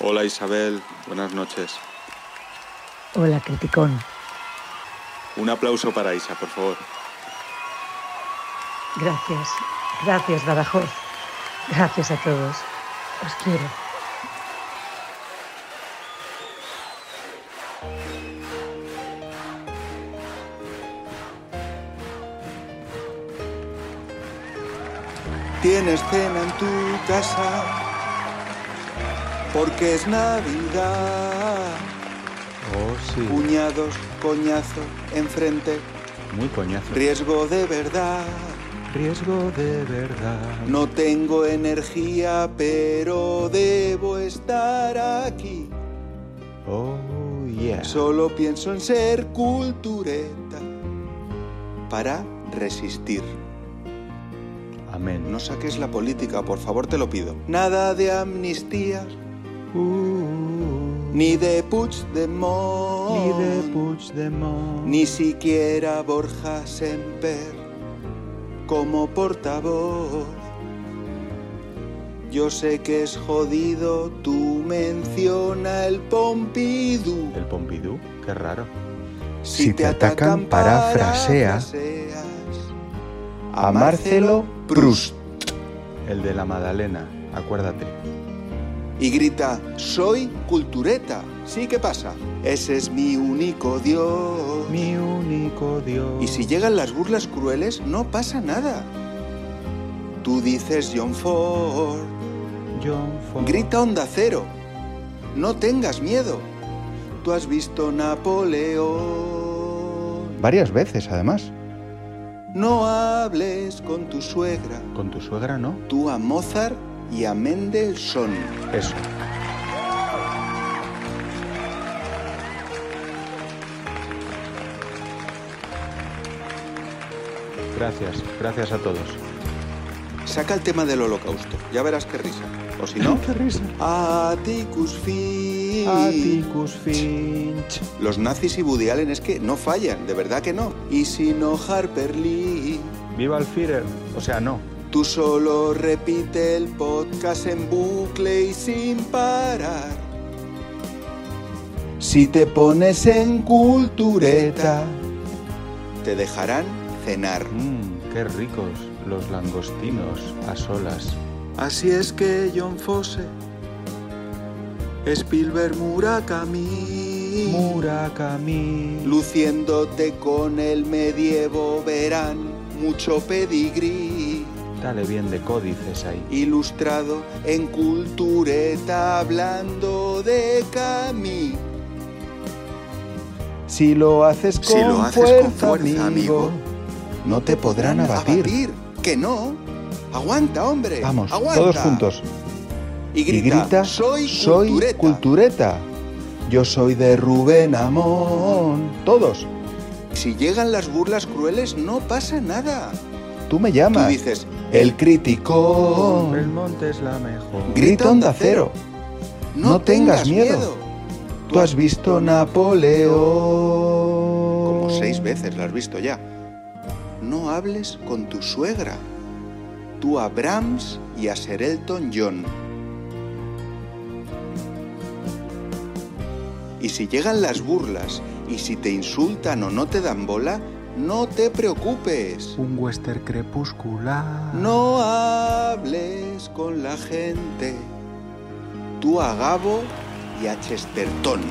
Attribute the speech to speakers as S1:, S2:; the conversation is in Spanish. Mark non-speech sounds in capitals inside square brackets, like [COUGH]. S1: Hola Isabel, buenas noches.
S2: Hola, Criticón.
S1: Un aplauso para Isa, por favor.
S2: Gracias. Gracias, Badajoz. Gracias a todos. Os quiero.
S3: Tienes cena en tu casa porque es Navidad.
S1: Oh, sí.
S3: Puñados, coñazo, enfrente,
S1: Muy coñazo.
S3: riesgo de verdad.
S1: Riesgo de verdad.
S3: No tengo energía, pero debo estar aquí.
S1: Oh, yeah.
S3: Solo pienso en ser cultureta para resistir.
S1: Amén.
S3: No saques la política, por favor, te lo pido. Nada de amnistías,
S1: Uh,
S3: ni de Puigdemont,
S1: Ni de Puigdemont.
S3: ni siquiera Borja Semper como portavoz. Yo sé que es jodido, tú menciona el Pompidou.
S1: El Pompidou, qué raro.
S3: Si,
S4: te atacan, parafrasea
S3: parafraseas
S4: a Marcelo Proust.
S1: El de la Madalena, acuérdate.
S3: y grita, soy cultureta. Sí, ¿qué pasa? Ese es mi único Dios.
S1: Mi único Dios.
S3: Y si llegan las burlas crueles, no pasa nada. Tú dices John Ford,
S1: John Ford.
S3: grita onda cero, no tengas miedo. Tú has visto Napoleón,
S4: Varias veces, además.
S3: no hables con tu suegra.
S1: Con tu suegra, ¿no?
S3: Tú a Mozart y a Mendelssohn.
S1: Eso. Gracias, gracias a todos.
S3: Saca el tema del holocausto, ya verás qué risa. O si
S1: [LAUGHS]
S3: no...
S1: qué risa.
S3: Atticus Finch.
S1: Atticus Finch.
S3: Los nazis y Woody Allen es que no fallan, de verdad que no. Y si no Harper Lee,
S1: Viva el Führer. O sea, no.
S3: tú solo repite el podcast en bucle y sin parar. Si te pones en cultureta, te dejarán cenar.
S1: Mmm, qué ricos los langostinos a solas.
S3: Así es que John Fosse, Spielberg Murakami.
S1: Murakami.
S3: Luciéndote con el medievo verán mucho pedigrí,
S1: Dale bien de códices ahí.
S3: ilustrado en cultureta hablando de Cami.
S4: Si lo haces con,
S3: Si lo haces
S4: fuerza,
S3: con fuerza, amigo,
S4: amigo, no te podrán abatir.
S3: Abatir, que no. Aguanta, hombre.
S4: Vamos,
S3: aguanta.
S4: todos juntos.
S3: Y grita, soy, cultureta.
S4: cultureta. Yo soy de Rubén Amón. Todos,
S3: si llegan las burlas crueles, no pasa nada.
S4: tú me llamas.
S3: Tú dices, "Oh".
S4: el crítico.
S1: El monte es la mejor.
S4: Grita onda cero.
S3: no,
S4: no tengas miedo. Tú has visto Napoleón.
S3: Como seis veces la has visto ya. No hables con tu suegra. Tú a Brahms y a Sir Elton John. Y si llegan las burlas y si te insultan o no te dan bola, no te preocupes.
S1: Un western crepuscular.
S3: No hables con la gente. Tú a Gabo y a Chesterton.